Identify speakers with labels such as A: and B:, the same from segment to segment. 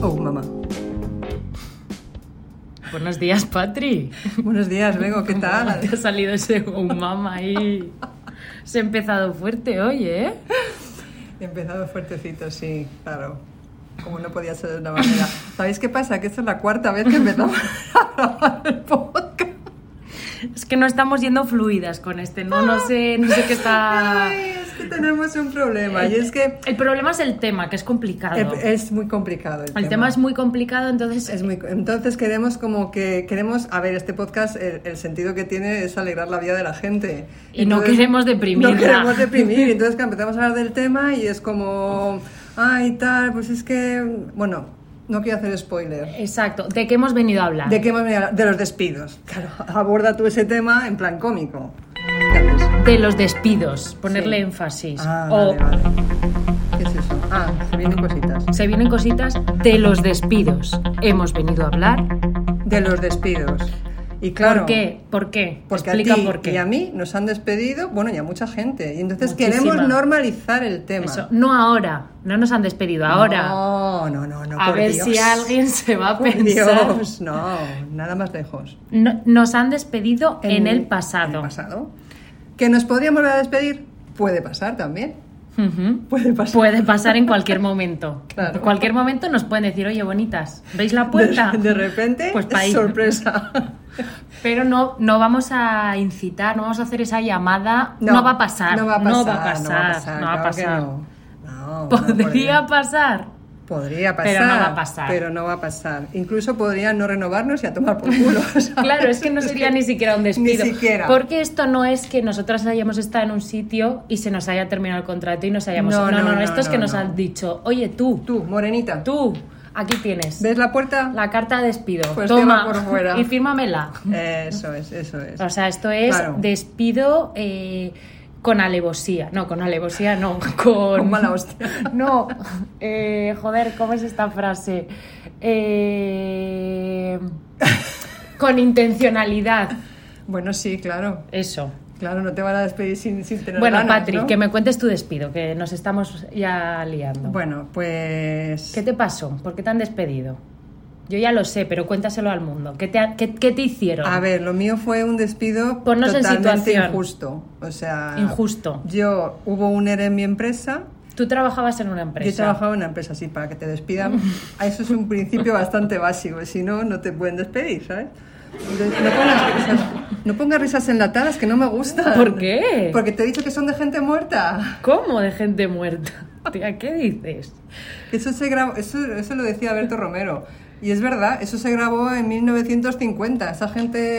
A: Oh,
B: Buenos días, Patri.
A: Buenos días, Bego, ¿qué tal?
B: Te ha salido ese un mama ahí. Se ha empezado fuerte hoy, ¿eh?
A: He empezado fuertecito, sí, claro. Como no podía ser de otra manera. ¿Sabéis qué pasa? Que esta es la cuarta vez que empezamos a grabar el podcast.
B: Es que no estamos yendo fluidas con este, no, no sé, no sé qué está.
A: Ay, es que tenemos un problema y es que
B: El problema es el tema, que es complicado.
A: el-
B: El,
A: es muy complicado. El,
B: tema. es muy complicado, entonces
A: Es muy- entonces queremos como que queremos a ver este podcast el, el sentido que tiene es alegrar la vida de la gente
B: Y no
A: Entonces,
B: queremos deprimirla.
A: no queremos deprimir entonces que empezamos a hablar del tema y es como ay tal pues es que bueno no quiero hacer spoiler
B: Exacto, ¿de qué hemos venido a hablar?
A: de qué hemos venido a hablar? de los despidos claro aborda tú ese tema en plan cómico ¿Qué haces?
B: De los despidos, ponerle
A: Sí.
B: énfasis.
A: Ah,
B: o
A: vale, vale. ¿Qué es eso? Ah, se vienen cositas.
B: se vienen cositas de los despidos. Hemos venido a hablar.
A: De los despidos. Y claro,
B: ¿Por qué? ¿Por qué?
A: Porque
B: Explica
A: a ti
B: por qué.
A: y a mí nos han despedido, bueno, y a mucha gente. Y entonces
B: Muchísima.
A: queremos normalizar el tema.
B: Eso, No ahora, no nos han despedido ahora.
A: No, no, no, no.
B: a
A: por
B: ver
A: Dios.
B: si alguien se va a
A: Por
B: pensar.
A: Dios, no, nada más lejos.
B: No- nos han despedido en, el pasado.
A: en el pasado. ¿Que nos podríamos volver a despedir? Puede pasar también.
B: Ujú.
A: Puede pasar.
B: Puede pasar en cualquier momento.
A: Claro.
B: En cualquier momento nos pueden decir, oye, bonitas, ¿veis la puerta?
A: De, de repente,
B: Pues pa' ahí.
A: sorpresa.
B: Pero no, no vamos a incitar, no vamos a hacer esa llamada. No, va a pasar.
A: No va a pasar.
B: No va a pasar. no va a
A: claro que
B: pasar.
A: no. No, no, por
B: Podría pasar.
A: Podría pasar.
B: Pero no va a pasar.
A: pero no va a pasar. Incluso podrían no renovarnos y a tomar por culo. ¿sabes?
B: Claro, es que no sería ni siquiera un despido.
A: Ni siquiera.
B: Porque esto no es que nosotras hayamos estado en un sitio y se nos haya terminado el contrato y nos hayamos.
A: No,
B: no,
A: no, no,
B: esto es que
A: no,
B: nos
A: no.
B: han dicho, oye tú,
A: Tú, morenita.
B: tú, aquí tienes
A: ¿Ves la puerta?
B: la carta de despido.
A: Pues
B: Toma
A: te va por fuera.
B: y fírmamela.
A: Eso es, eso es.
B: O sea, esto es
A: Claro.
B: despido eh, con alevosía. No, con alevosía no, con...
A: Con mala hostia.
B: No, eh, joder, ¿cómo es esta frase? Eh, con intencionalidad.
A: Bueno, sí, claro.
B: Eso.
A: Claro, no te van a despedir sin, sin tener
B: bueno,
A: ganas,
B: Patrick,
A: ¿no?
B: que me cuentes tu despido, que nos estamos ya liando.
A: Bueno, pues...
B: ¿Qué te pasó? ¿Por qué te han despedido? Yo ya lo sé, pero cuéntaselo al mundo. ¿Qué te, ha- qué- qué te hicieron?
A: A ver, lo mío fue un despido
B: Ponnos en
A: totalmente
B: situación.
A: injusto. O sea...
B: Injusto.
A: Yo, hubo un ERE en mi empresa
B: Tú trabajabas en una empresa.
A: Yo he trabajado en una empresa así, para que te despidan. Ah, Eso es un principio bastante básico, si no, no te pueden despedir, ¿sabes? Entonces, No pongas, risas, no pongas risas enlatadas que no me gustan.
B: ¿Por qué?
A: Porque te he dicho que son de gente muerta.
B: ¿Cómo de gente muerta? Tía, ¿qué dices?
A: Eso, se grabó, eso, eso lo decía Alberto Romero. Y es verdad, eso se grabó en 1950. Esa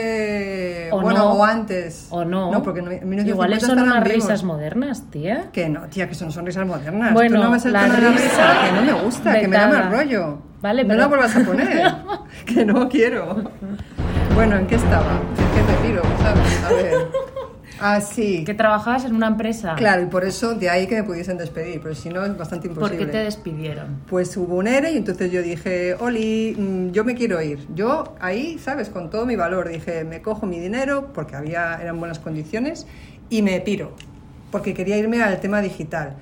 A: gente.
B: O
A: bueno,
B: no.
A: o antes.
B: ¿O no?
A: No, porque en 1950
B: Igual son
A: estaban
B: unas
A: vivos.
B: risas modernas, tía.
A: Que no, tía, que eso no son risas modernas.
B: Bueno,
A: Tú no ves el
B: la
A: tono de la
B: risa
A: risa, que no me gusta, que me da
B: vetada.
A: mal rollo.
B: Vale,
A: no
B: pero-
A: la vuelvas a poner, que no quiero. Bueno, ¿en qué estaba? ¿En qué retiro? ¿Sabes? A ver. Ah, sí.
B: Que trabajabas en una empresa.
A: Claro, y por eso de ahí que me pudiesen despedir, pero si no es bastante
B: ¿Por
A: imposible.
B: qué te despidieron?
A: Pues hubo un ERE y entonces yo dije, Oli, mm, yo me quiero ir. Yo ahí, ¿sabes? Con todo mi valor dije, me cojo mi dinero porque había, eran buenas condiciones y me piro, porque quería irme al tema digital.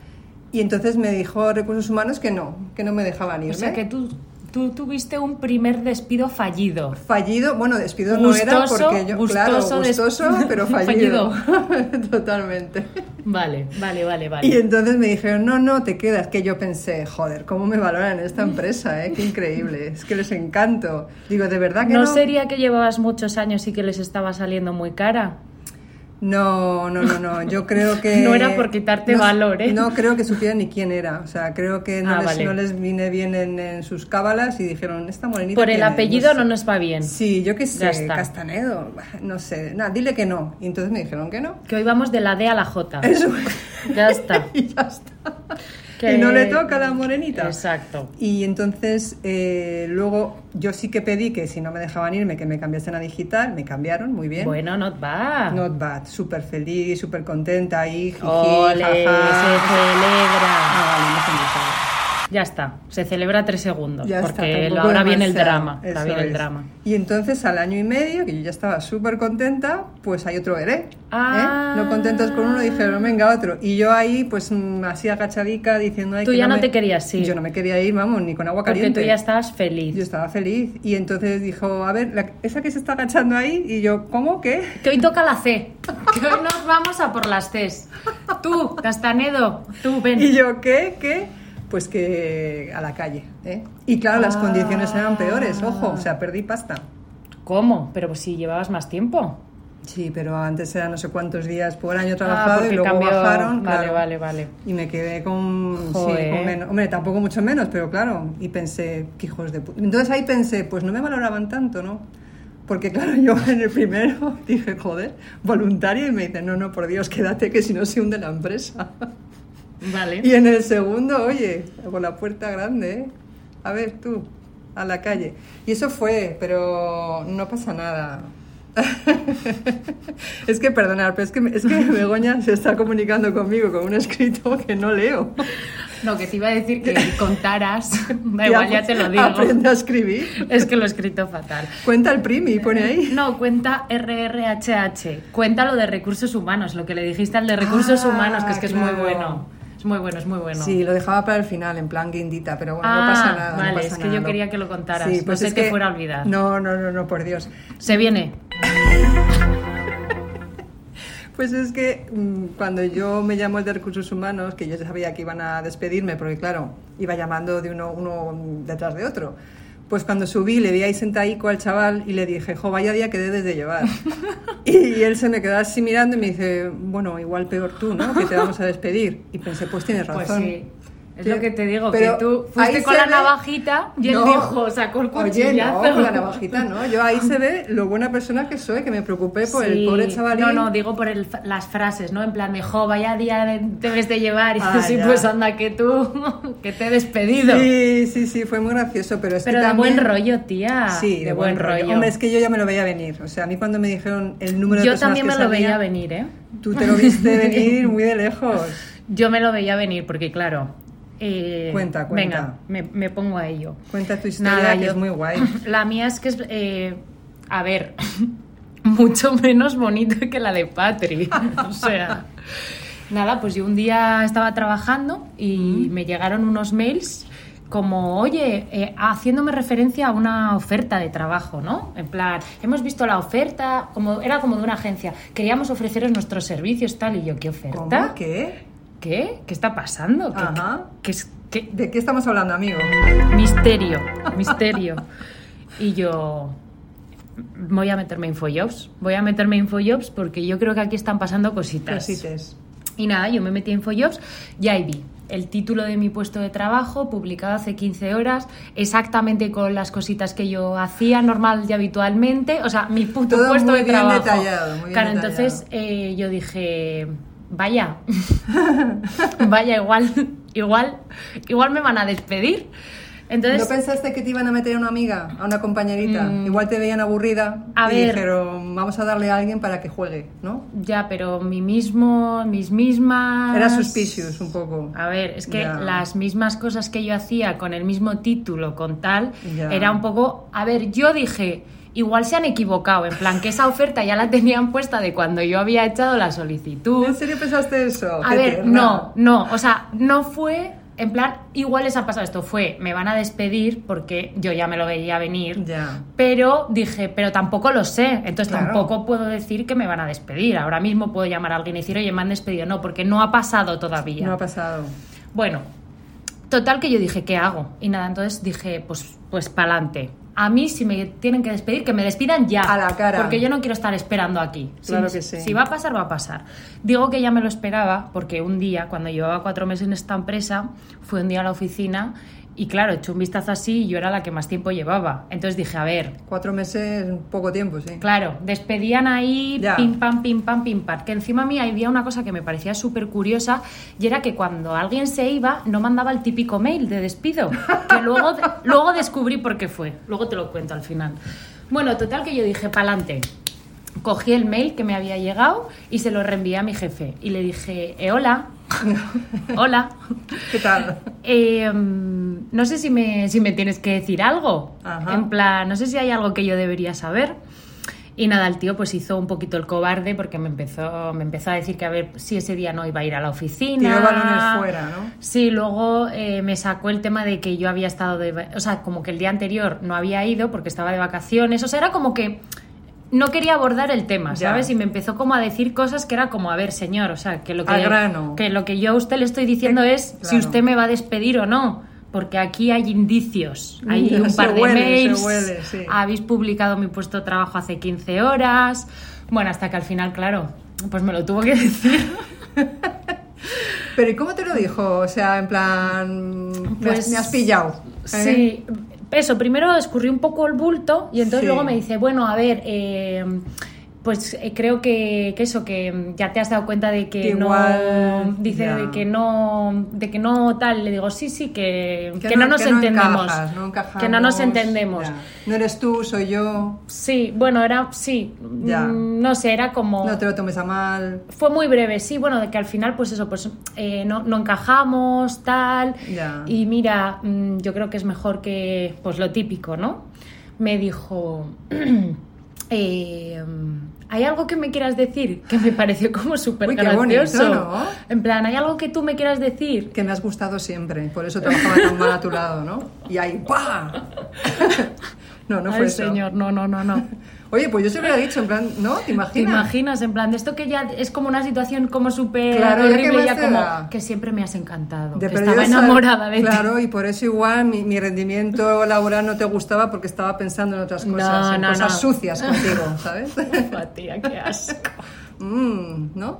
A: Y entonces me dijo Recursos Humanos que no, que no me dejaban irme.
B: O sea, que tú, tú tuviste un primer despido fallido.
A: Fallido, bueno, despido no era
B: Gustoso,
A: porque yo, claro,
B: gustoso des-
A: gustoso, pero fallido. Totalmente.
B: Vale, vale, vale, vale.
A: Y entonces me dijeron, no, no, te quedas. Que yo pensé, joder, ¿cómo me valoran en esta empresa? Eh? Qué increíble, es que les encanto. Digo, ¿de verdad que no?
B: ¿No sería que llevabas muchos años y que les estaba saliendo muy cara?
A: No, no, no, no, yo creo que...
B: No era por quitarte
A: no-
B: valor, ¿eh?
A: No creo que supieran ni quién era, o sea, creo que no,
B: Ah,
A: les,
B: vale.
A: no les vine bien en, en sus cábalas y dijeron, esta morenita...
B: Por el
A: quién es,
B: apellido
A: sé".
B: no nos va bien.
A: Sí, yo qué
B: Ya
A: sé,
B: está.
A: Castanedo, no sé, nada, dile que no. Y entonces me dijeron que no.
B: Que hoy vamos de la D a la J.
A: Eso
B: Ya está.
A: y ya está.
B: Que-
A: Y no le toca a la morenita.
B: Exacto.
A: Y entonces eh, luego yo sí que pedí que si no me dejaban irme que me cambiasen a digital, me cambiaron, muy bien.
B: Bueno, not bad.
A: Not bad, súper feliz, súper contenta ahí, jiji,
B: Ole,
A: jaja.
B: se celebra.
A: Ah, vale, no se me sale.
B: Ya está, se celebra tres segundos.
A: Ya está,
B: porque
A: tampoco
B: ahora viene el
A: demasiado.
B: drama. Ahora
A: Eso
B: viene el
A: es.
B: drama.
A: Y entonces al año y medio, que yo ya estaba súper contenta, pues hay otro bebé. ¿eh?
B: Ah.
A: No contentos con uno, dijeron, venga, otro. Y yo ahí, pues mm, así agachadica, diciendo... "Ay,
B: Tú
A: que
B: ya no
A: me-".
B: te querías ir.
A: Yo no me quería ir, vamos, ni con agua
B: Porque
A: caliente.
B: tú ya estabas feliz.
A: Yo estaba feliz. Y entonces dijo, a ver, la- esa que se está agachando ahí. Y yo, ¿cómo? ¿Qué?
B: Que hoy toca la C. Que hoy nos vamos a por las Cs. Tú, Castanedo, tú ven.
A: Y yo, ¿qué? ¿Qué? Pues que a la calle. ¿eh? Y claro, las
B: Ah.
A: condiciones eran peores, ojo, o sea, perdí pasta.
B: ¿Cómo? Pero si llevabas más tiempo.
A: Sí, pero antes eran no sé cuántos días por año
B: Ah,
A: trabajado y
B: porque
A: luego
B: cambió-
A: bajaron.
B: Vale,
A: claro.
B: vale, vale.
A: Y me quedé con, sí,
B: Joder.
A: con menos. Hombre, tampoco mucho menos, pero claro. Y pensé, qué hijos de puta. Entonces ahí pensé, pues no me valoraban tanto, ¿no? Porque claro, yo en el primero dije, joder, voluntaria. Y me dicen, no, no, por Dios, quédate que si no se hunde la empresa.
B: Vale.
A: Y en el segundo, oye, por la puerta grande, ¿eh? A ver tú, a la calle. Y eso fue, pero no pasa nada. es que perdonar, pero es que, es que Begoña se está comunicando conmigo con un escrito que no leo.
B: No, que te iba a decir que contaras. Da
A: Y
B: igual,
A: ap-
B: ya te lo digo.
A: Aprende a escribir.
B: Es que lo he escrito fatal.
A: Cuenta el primi, pone ahí.
B: No, cuenta RRHH. Cuenta lo de recursos humanos, lo que le dijiste al de recursos
A: Ah,
B: humanos, que es que es muy
A: claro.
B: bueno. Es muy bueno, es muy bueno.
A: Sí, lo dejaba para el final, en plan guindita, pero bueno,
B: Ah,
A: no pasa nada. no
B: vale,
A: pasa
B: es que
A: nada,
B: yo
A: no.
B: quería que lo contaras, no
A: pues
B: sé
A: es
B: que fuera a olvidar.
A: No, no, no, no, por Dios.
B: Se viene.
A: Pues es que mm, cuando yo me llamó el de recursos humanos, que yo ya sabía que iban a despedirme, porque claro, iba llamando de uno, uno mm, detrás de otro. Pues cuando subí, le vi ahí sentadico al chaval y le dije, jo, vaya día que debes de llevar. y él se me quedó así mirando y me dice, bueno, igual peor tú, ¿no? Que te vamos a despedir. Y pensé, pues tienes razón.
B: Pues sí. Es
A: Sí.
B: lo que te digo,
A: Pero
B: que tú
A: ahí
B: fuiste con
A: se
B: la
A: ve-
B: navajita y él
A: No.
B: dijo, sacó el
A: Oye, no,
B: cuchillazo.
A: con la navajita, ¿no? Yo ahí se ve lo buena persona que soy, que me preocupé por
B: Sí.
A: el pobre chavalín.
B: No, no, digo por el- las frases, ¿no? En plan de, jo, vaya día de- debes de llevar. Y
A: Ah,
B: dices, sí,
A: ya.
B: pues anda, que tú, que te he despedido.
A: Sí, sí, sí, fue muy gracioso, pero es
B: Pero
A: que
B: de
A: también...
B: buen rollo, tía.
A: Sí, de, buen, rollo. Hombre, es que yo ya me lo veía venir. O sea, a mí cuando me dijeron el número de
B: Yo
A: personas
B: también
A: que
B: me lo
A: salía,
B: veía venir, ¿eh?
A: Tú te lo viste venir muy de lejos.
B: Yo me lo veía venir, porque claro. eh,
A: Cuenta, cuenta.
B: Venga, me, me pongo a ello.
A: Cuenta tu historia, que
B: yo-
A: es muy guay.
B: La mía es que es. eh, a ver, mucho menos bonita que la de Patri. o sea. Nada, pues yo un día estaba trabajando
A: Mm.
B: y me llegaron unos mails como, oye, eh, haciéndome referencia a una oferta de trabajo, ¿no? En plan, hemos visto la oferta, como era como de una agencia, queríamos ofreceros nuestros servicios, tal, y yo, ¿qué
A: ¿Cómo?
B: oferta?
A: ¿Qué?
B: ¿Qué? ¿Qué está pasando? ¿Qué,
A: Ajá.
B: qué es- qué-
A: ¿De qué estamos hablando, amigo?
B: Misterio, misterio. Y yo voy a meterme en Infojobs. Voy a meterme en Infojobs porque yo creo que aquí están pasando cositas.
A: Cosites.
B: Y nada, yo me metí en Infojobs y ahí vi el título de mi puesto de trabajo publicado hace 15 horas, exactamente con las cositas que yo hacía normal y habitualmente. O sea, mi puto
A: Todo
B: puesto
A: muy
B: de
A: bien
B: trabajo.
A: detallado, muy bien
B: claro,
A: detallado.
B: entonces eh, yo dije, vaya, vaya, igual, igual, igual me van a despedir. Entonces, Mm.
A: ¿No pensaste que te iban a meter a una amiga, a una compañerita? Igual te veían aburrida
B: A
A: y
B: ver.
A: dijeron, vamos a darle a alguien para que juegue, ¿no?
B: Ya, pero mi mismo, mis mismas...
A: Era suspicious un poco.
B: A ver, es que
A: Ya.
B: las mismas cosas que yo hacía con el mismo título, con tal,
A: Ya.
B: era un poco... A ver, yo dije, igual se han equivocado, en plan que esa oferta ya la tenían puesta de cuando yo había echado la solicitud.
A: ¿En serio pensaste eso?
B: A
A: Qué
B: ver,
A: tierna.
B: no, no, o sea, no fue... En plan, igual les ha pasado esto, fue, me van a despedir porque yo ya me lo veía venir,
A: Ya.
B: pero dije, pero tampoco lo sé, entonces
A: Claro.
B: tampoco puedo decir que me van a despedir. Ahora mismo puedo llamar a alguien y decir, oye, me han despedido. No, porque no ha pasado todavía.
A: No ha pasado.
B: Bueno, total que yo dije, ¿qué hago? Y nada, entonces dije, pues, pues pa'lante. A mí, si me tienen que despedir, que me despidan ya.
A: A la cara.
B: Porque yo no quiero estar esperando aquí. Si-
A: Claro que sí.
B: Si va a pasar, va a pasar. Digo que ya me lo esperaba porque un día, cuando llevaba cuatro meses en esta empresa, fui un día a la oficina y claro, eché un vistazo así y yo era la que más tiempo llevaba. Entonces dije, a ver,
A: Cuatro meses, poco tiempo, sí.
B: Claro, despedían ahí,
A: Ya.
B: pim pam, pim pam, pim pam. Que encima a mí había una cosa que me parecía súper curiosa y era que cuando alguien se iba no mandaba el típico mail de despido, que luego, luego descubrí por qué fue. Luego te lo cuento al final. Bueno, total que yo dije, pa'lante. Cogí el mail que me había llegado y se lo reenvié a mi jefe. Y le dije, eh, hola, hola,
A: ¿Qué tal?
B: eh, no sé si me, si me tienes que decir algo.
A: Ajá.
B: En plan, no sé si hay algo que yo debería saber. Y nada, el tío pues hizo un poquito el cobarde porque me empezó, me empezó a decir que a ver si ese día no iba a ir a la oficina.
A: Tiró balones fuera, ¿no?
B: Sí, luego eh, me sacó el tema de que yo había estado de... va- O sea, como que el día anterior no había ido porque estaba de vacaciones. O sea, era como que no quería abordar el tema,
A: Ya.
B: ¿sabes? Y me empezó como a decir cosas que era como, a ver, señor, o sea, que lo que,
A: Al grano.
B: que, lo que yo a usted le estoy diciendo es si
A: claro.
B: usted me va a despedir o no. Porque aquí hay indicios, hay
A: Mm, Ya,
B: un
A: se
B: par de
A: huele, se
B: mails,
A: huele, sí.
B: habéis publicado mi puesto de trabajo hace 15 horas. Bueno, hasta que al final, claro, pues me lo tuvo que decir.
A: Pero ¿y cómo te lo dijo? O sea, en plan, me has-
B: Pues-
A: me has pillado. ¿eh?
B: Sí, eso, primero escurrí un poco el bulto y entonces
A: Sí.
B: luego me dice, bueno, a ver, eh, pues eh, creo que, que eso, que mm, ya te has dado cuenta de que,
A: Que
B: no,
A: igual,
B: dice
A: ya.
B: de que no, de que no tal, le digo, sí, sí, que,
A: Que
B: que no, nos
A: que
B: entendemos,
A: encajas, no
B: que no
A: encajamos,
B: nos entendemos.
A: ya. No eres tú, soy yo.
B: Sí, bueno, era, sí,
A: Ya.
B: mm, no sé, era como
A: No te lo tomes a mal.
B: fue muy breve, sí, bueno, de que al final, pues eso, pues eh, no, no encajamos, tal.
A: Ya.
B: Y mira, mm, yo creo que es mejor que, pues lo típico, ¿no? Me dijo, eh, ¿hay algo que me quieras decir? Que me pareció como súper
A: Uy, qué bonito,
B: gracioso.
A: ¿no?
B: En plan, ¿hay algo que tú me quieras decir?
A: Que me has gustado siempre, por eso trabajaba tan mal a tu lado, ¿no? Y ahí, ¡pa! No, no fue
B: Ay,
A: eso.
B: señor, no, no, no, no.
A: Oye, pues yo se lo hubiera dicho, en plan, ¿no? ¿Te imaginas?
B: ¿Te imaginas? En plan, de esto que ya es como una situación como súper
A: Claro, ya que
B: horrible,
A: más
B: ya
A: te da.
B: como que siempre me has encantado,
A: De
B: que
A: perdido
B: estaba
A: sal-
B: enamorada de ti.
A: Claro, y por eso igual mi, mi rendimiento laboral no te gustaba porque estaba pensando en otras
B: No,
A: cosas, en
B: no,
A: cosas
B: no.
A: sucias contigo, ¿sabes?
B: Buah, tía, qué asco.
A: Mm, ¿No?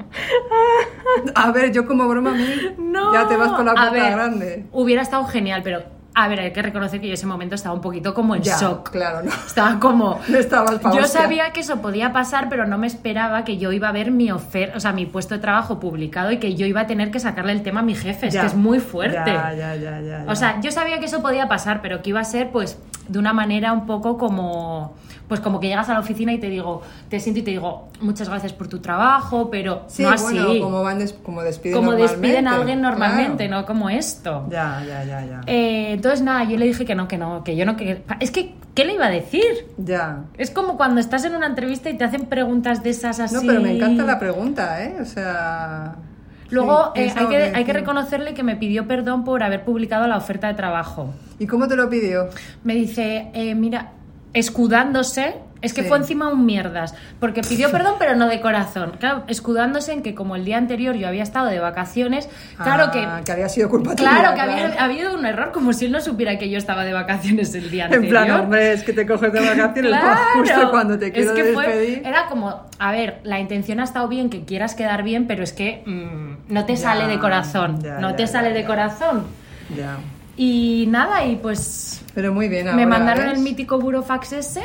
A: A ver, yo como broma a mí
B: No.
A: ya te vas por la
B: A
A: puerta
B: ver,
A: grande.
B: Hubiera estado genial, pero a ver, hay que reconocer que yo ese momento estaba un poquito como en
A: Ya,
B: shock.
A: claro, no.
B: Estaba como.
A: No estabas pa'
B: Yo
A: hostia.
B: sabía que eso podía pasar, pero no me esperaba que yo iba a ver mi oferta, o sea, mi puesto de trabajo publicado y que yo iba a tener que sacarle el tema a mi jefe. Es
A: Ya.
B: que es muy fuerte.
A: Ya, ya, ya, ya, ya.
B: O sea, yo sabía que eso podía pasar, pero que iba a ser, pues, de una manera un poco como. Pues como que llegas a la oficina y te digo, te siento y te digo, muchas gracias por tu trabajo, pero
A: sí,
B: no así
A: bueno, como, van des- como despiden
B: como
A: normalmente,
B: despiden a alguien
A: claro.
B: normalmente, no como esto.
A: Ya, ya, ya, ya.
B: Eh, entonces, nada, yo le dije que no, que no, que yo no. Que, es que, ¿qué le iba a decir?
A: Ya.
B: Es como cuando estás en una entrevista y te hacen preguntas de esas así.
A: No, pero me encanta la pregunta, ¿eh? O sea...
B: Luego
A: sí,
B: eh,
A: piensa
B: hay,
A: lo
B: que, hay que
A: decir.
B: reconocerle que me pidió perdón por haber publicado la oferta de trabajo.
A: ¿Y cómo te lo pidió?
B: Me dice, eh, mira, escudándose, es que
A: Sí.
B: fue encima un mierdas, porque pidió perdón pero no de corazón. Claro, escudándose en que como el día anterior yo había estado de vacaciones, claro
A: Ah,
B: que
A: Que había sido culpa tuya.
B: Claro, que había ha habido un error, como si él no supiera que yo estaba de vacaciones el día
A: En
B: anterior.
A: plan, hombre, es que te coges de vacaciones pues,
B: Claro.
A: justo cuando te quiero
B: es que fue-
A: despedir.
B: era como, a ver, la intención ha estado bien, que quieras quedar bien, pero es que mm, no te
A: Ya,
B: sale de corazón.
A: ya,
B: no
A: ya,
B: te
A: ya,
B: sale de
A: ya.
B: corazón.
A: Ya.
B: Y nada, y pues
A: Pero muy bien
B: me
A: ahora,
B: mandaron
A: ¿ves?
B: el mítico burofax ese.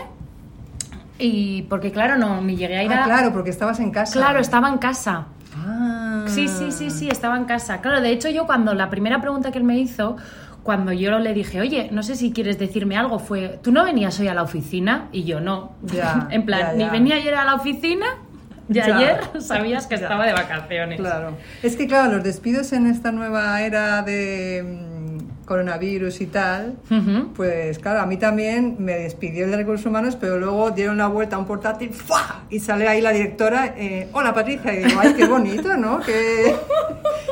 B: Y porque claro, no, ni llegué a ir
A: Ah,
B: a...
A: claro, porque estabas en casa.
B: claro, estaba en casa.
A: Ah.
B: Sí, sí, sí, sí, estaba en casa. Claro, de hecho yo cuando la primera pregunta que él me hizo, cuando yo le dije, oye, no sé si quieres decirme algo, fue, ¿tú no venías hoy a la oficina? Y yo no.
A: Ya,
B: en plan,
A: ya,
B: ni
A: ya.
B: venía ayer a la oficina y
A: Ya.
B: ayer sabías que estaba de vacaciones.
A: Claro. Es que, claro, los despidos en esta nueva era de mm, coronavirus y tal,
B: Ujú.
A: Pues claro, a mí también me despidió el de recursos humanos, pero luego dieron la vuelta a un portátil ¡fua! y sale ahí la directora, eh, hola Patricia, y digo, ay, qué bonito, ¿no? Que...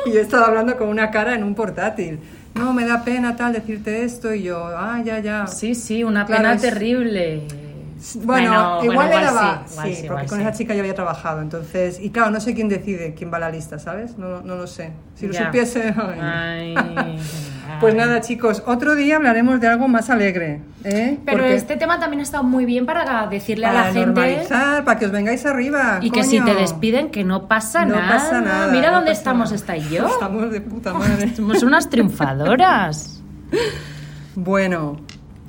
A: Y yo estaba hablando con una cara en un portátil. No, me da pena tal decirte esto y yo, ah, ya, ya.
B: Sí, sí, una
A: Claro,
B: pena
A: es-
B: terrible.
A: Bueno, igual
B: bueno,
A: le daba,
B: sí,
A: sí,
B: igual sí,
A: porque
B: igual
A: con
B: sí.
A: esa chica yo había trabajado, entonces, y claro, no sé quién decide quién va a la lista, ¿sabes? No, no lo sé. Si lo
B: Ya. Ah.
A: supiese... ay.
B: Ay,
A: Pues
B: ay.
A: nada, chicos, otro día hablaremos de algo más alegre, ¿eh?
B: Pero
A: Porque-
B: este tema también ha estado muy bien para decirle a la
A: para
B: gente...
A: normalizar, para que os vengáis arriba.
B: Y que
A: Ah, coño.
B: si te despiden, que no pasa
A: No
B: nada.
A: pasa nada,
B: Mira
A: no
B: dónde
A: pasa
B: estamos,
A: nada.
B: está y yo.
A: Estamos de puta madre.
B: Somos unas triunfadoras.
A: bueno,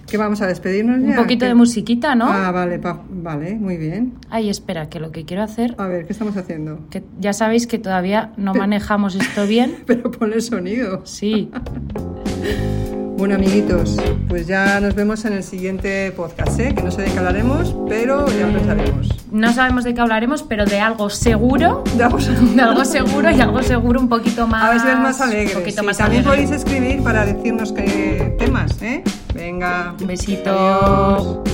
A: ¿qué vamos a despedirnos ya?
B: Un poquito
A: ¿Qué-
B: de musiquita, ¿no?
A: Ah, vale, pa- vale, muy bien.
B: Ay, espera, que lo que quiero hacer.
A: A ver, ¿qué estamos haciendo?
B: Que ya sabéis que todavía no manejamos esto bien.
A: Pero ponle sonido.
B: Sí.
A: Bueno, amiguitos, pues ya nos vemos en el siguiente podcast, ¿eh? que no sé de qué hablaremos, pero ya lo pensaremos.
B: No sabemos de qué hablaremos, pero de algo seguro.
A: Vamos a-
B: De algo seguro y algo seguro un poquito más.
A: A veces más alegres.
B: Un poquito
A: Sí,
B: más
A: también
B: alegre.
A: podéis escribir para decirnos qué temas, ¿eh? Venga.
B: Besitos.
A: Adiós.